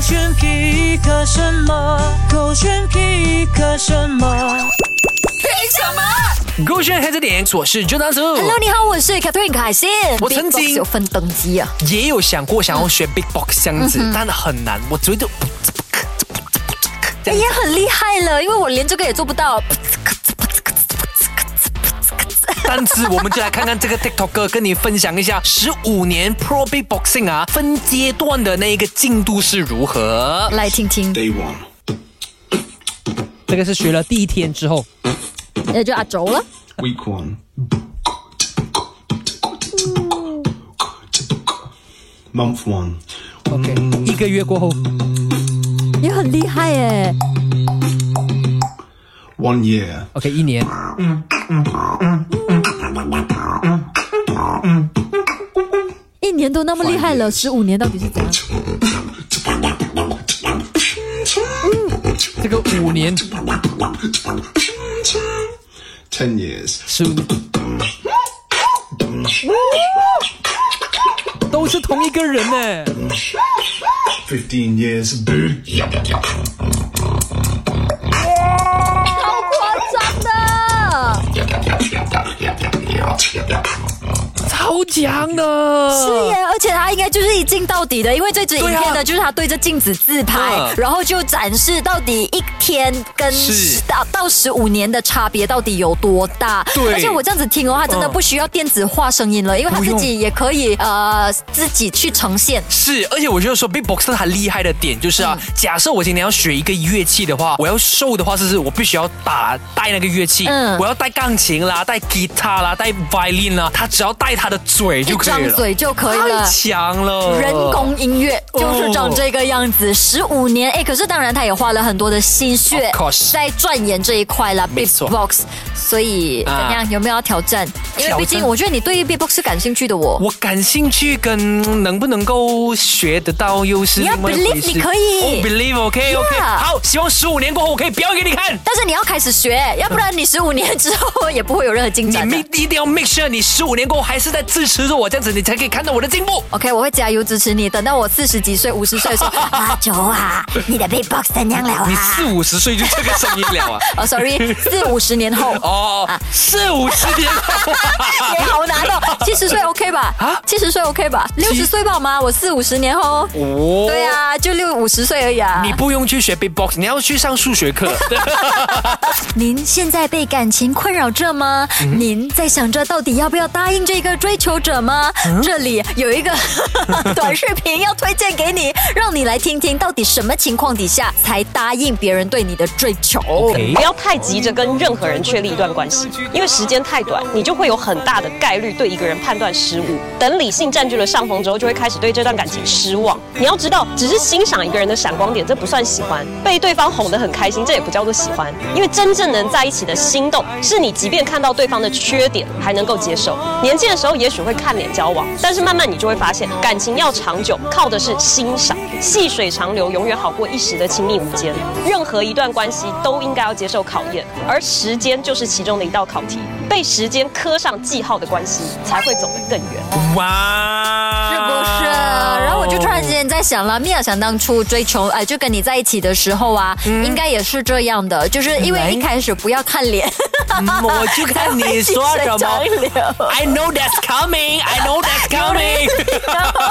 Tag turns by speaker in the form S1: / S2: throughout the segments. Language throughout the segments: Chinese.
S1: 选皮克什么？狗选皮克什么？
S2: 凭什么？
S3: 勾选黑着点，我是 j o n a
S2: Hello，你好，我是 Catherine 凯欣。
S3: 我曾经
S2: Beatbox 有分等级啊，
S3: 也有想过想要学 Big Box 这样子，但很难，我觉得这样
S2: 也哎很厉害了，因为我连这个也做不到。
S3: 但是我们就来看看这个 TikTok 哥跟你分享一下十五年 Pro Big Boxing 啊分阶段的那一个进度是如何。
S2: 来听听，
S4: Day one.
S5: 这个是学了第一天之后，
S2: 那呃就阿轴了。
S4: Week one. Month one.
S5: OK，一个月过后，
S2: 也哎很厉害耶！
S4: One year.
S5: OK，一年，
S2: 一年都那么厉害了，十五年到底是 怎样？
S5: 这个五年，
S4: Ten years.
S5: 十五，都是同一个人呢。
S4: Fifteen years.
S2: 好夸张啊的，
S5: 超强的，
S2: 是耶！而且他应该就是一镜到底的，因为这支影
S3: 嗯对啊
S2: 片呢，就是他对着镜子自拍
S3: 嗯，
S2: 然后就展示到底一天跟
S3: 是
S2: 十到到十五年的差别到底有多大。
S3: 对
S2: 而且我这样子听哦，他真的
S3: 嗯
S2: 不需要电子化声音了，因为他
S3: 不
S2: 自
S3: 用
S2: 己也可以呃自己去呈现。
S3: 是，而且我觉得说 Big Boxer 它厉害的点就是啊，
S2: 嗯
S3: 假设我今天要学一个乐器的话，我要瘦的话，是不是我必须要打带那个乐器？
S2: 嗯
S3: 我要带钢琴啦，带吉他啦，带 violin 啦，他只要带他的嘴就
S2: 一
S3: 可以
S2: 张
S3: 了，
S2: 嘴就可以了
S3: 太。强了，
S2: 人工音乐
S3: 呃哦
S2: 就是长这个样子，十五年哎，可是当然他也花了很多的心血
S3: Of course
S2: 在钻研这一块啦
S3: 没错
S2: ，beatbox。所以怎
S3: 啊
S2: 样有没有要挑战？因为
S3: 挑战
S2: 毕竟我觉得你对于 beatbox 是感兴趣的哦。
S3: 我感兴趣跟能不能够学得到又是
S2: 你要
S3: 另外一回
S2: believe
S3: 事
S2: 你可以
S3: 哦 believe OK OK，、
S2: Yeah
S3: 好，希望十五年过后我可以表演给你看。
S2: 但是你要开始学，要不然你十五年之后也不会有任何进
S3: 嗯你
S2: 展的
S3: make 一定要 make sure 你十五年过后还是在支持着我，这样子你才可以看到我的进步。
S2: OK，我会加油支持你。等到我四十几岁、五十岁的 时候，阿九啊，你的 beatbox 怎样了
S3: 你
S2: 啊？
S3: 四五十岁就这个声音了啊！
S2: 哦，sorry，四五十年后 啊
S3: 哦，四五十年后
S2: 也好难哦，七十岁 OK 吧？啊，七十岁 OK 吧？六十岁吧妈，我四五十年后哦。
S3: 哦，
S2: 对啊，就六五十岁而已啊
S3: 你不用去学 beatbox，你要去上数学课。
S2: 您现在被感情困扰着吗？您在想着到底要不要答应这个追求者吗？这里有一个 短视频要推荐给你，让你来听听到底什么情况底下才答应别人对你的追求。
S6: 不要太急着跟任何人确立一段关系，因为时间太短，你就会有很大的概率对一个人判断失误。等理性占据了上风之后，就会开始对这段感情失望。你要知道，只是欣赏一个人的闪光点，这不算喜欢；被对方哄得很开心，这也不叫做喜欢。因为真正能在一起的心动，是你即便看到对方的缺点，还能够接受。年轻的时候也许会看脸交往，但是慢慢你就会发现，感情要长久，靠的是欣赏。细水长流永远好过一时的亲密无间。任何一段关系都应该要接受考验，而时间就是其中的一道考题。被时间刻上记号的关系，才会走得更远。
S3: 哇，
S2: 是不是？
S3: 啊
S2: 然后我就突然之间在想了，米娅想当初追求，哎，就跟你在一起的时候啊，
S3: 嗯
S2: 应该也是这样的，就是因为一开始不要看 脸，
S3: 嗯，我就看你说什
S2: 才
S3: 么
S2: 会。记得长留
S3: I know that's coming. I know that's coming.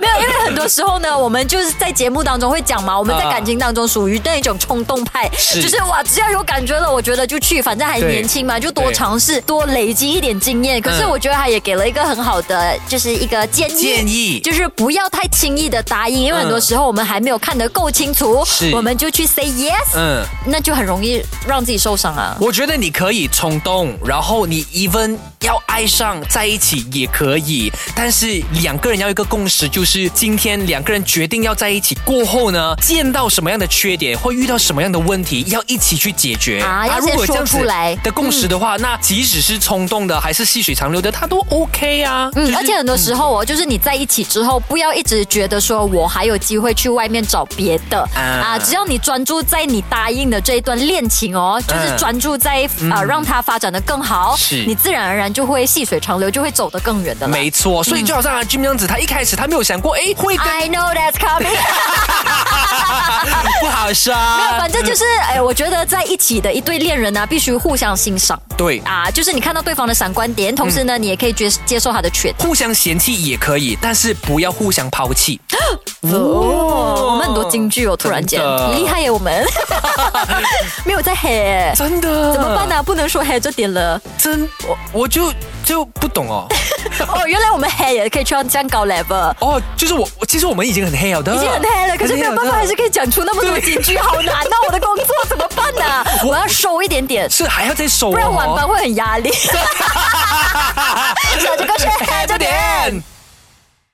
S2: 没有，因为很多时候呢，我们就是在节目当中会讲嘛，我们在
S3: 啊
S2: 感情当中属于那一种冲动派，
S3: 是
S2: 就是哇，只要有感觉了，我觉得就去，反正还
S3: 对
S2: 年轻嘛，就多
S3: 对
S2: 尝试，多累积一点经验。可是
S3: 嗯
S2: 我觉得他也给了一个很好的，就是一个建议，
S3: 建议
S2: 就是不要太轻易的答应，因为
S3: 嗯
S2: 很多时候我们还没有看得够清楚
S3: 是，
S2: 我们就去 say yes，
S3: 嗯。
S2: 那就很容易让自己受伤啊。
S3: 我觉得你可以冲动，然后你 even 要爱上在一起也可以，但是两个人要有一个共识，就是今天两个人决定要在一起过后呢，见到什么样的缺点或遇到什么样的问题，要一起去解决
S2: 啊要先
S3: 如果这样
S2: 说出
S3: 子
S2: 来嗯
S3: 的共识的话，那即使是冲动的还是细水长流的，它都 OK 啊。就
S2: 嗯，
S3: 是
S2: 而且很多时候哦，就是你在一起之后，不要一直觉得说我还有机会去外面找别的
S3: 啊
S2: 啊，只要你专注在你答应的这一段恋情哦，就是
S3: 嗯
S2: 专注在啊让它发展的更好，
S3: 是
S2: 你自然而然然就会细水长流，就会走得更远的啦。
S3: 没错，所以就好像阿啊 Jim 那样子，他一开始他没有想过，哎，会跟
S2: I know that's coming 。
S3: 不好说，
S2: 没有，反正就是，
S3: 嗯
S2: 哎，我觉得在一起的一对恋人呢、啊必须互相欣赏
S3: 对。
S2: 啊，就是你看到对方的闪光点，同时呢，
S3: 嗯
S2: 你也可以接接受他的缺点。
S3: 互相嫌弃也可以，但是不要互相抛弃。
S2: 哦，我们很多京剧哦，突然间
S3: 真的
S2: 厉害耶，我 们没有在黑，
S3: 真的？
S2: 怎么办呢、？啊不能说黑这点了。
S3: 真我我就就不懂 哦。
S2: 哦，原来我们黑也可以去到这样高 level。
S3: 哦，就是我，我其实我们已经很黑了的，
S2: 已经很黑了，可是没有办法，还是可以讲出那么多金句，好难那我的工作怎么办呢、啊我要收一点点，
S3: 是还要再 收、哦，
S2: 不然晚班会很压力。小杰哥，学黑
S3: 黑
S2: 这
S3: 着
S2: 点。
S3: 点。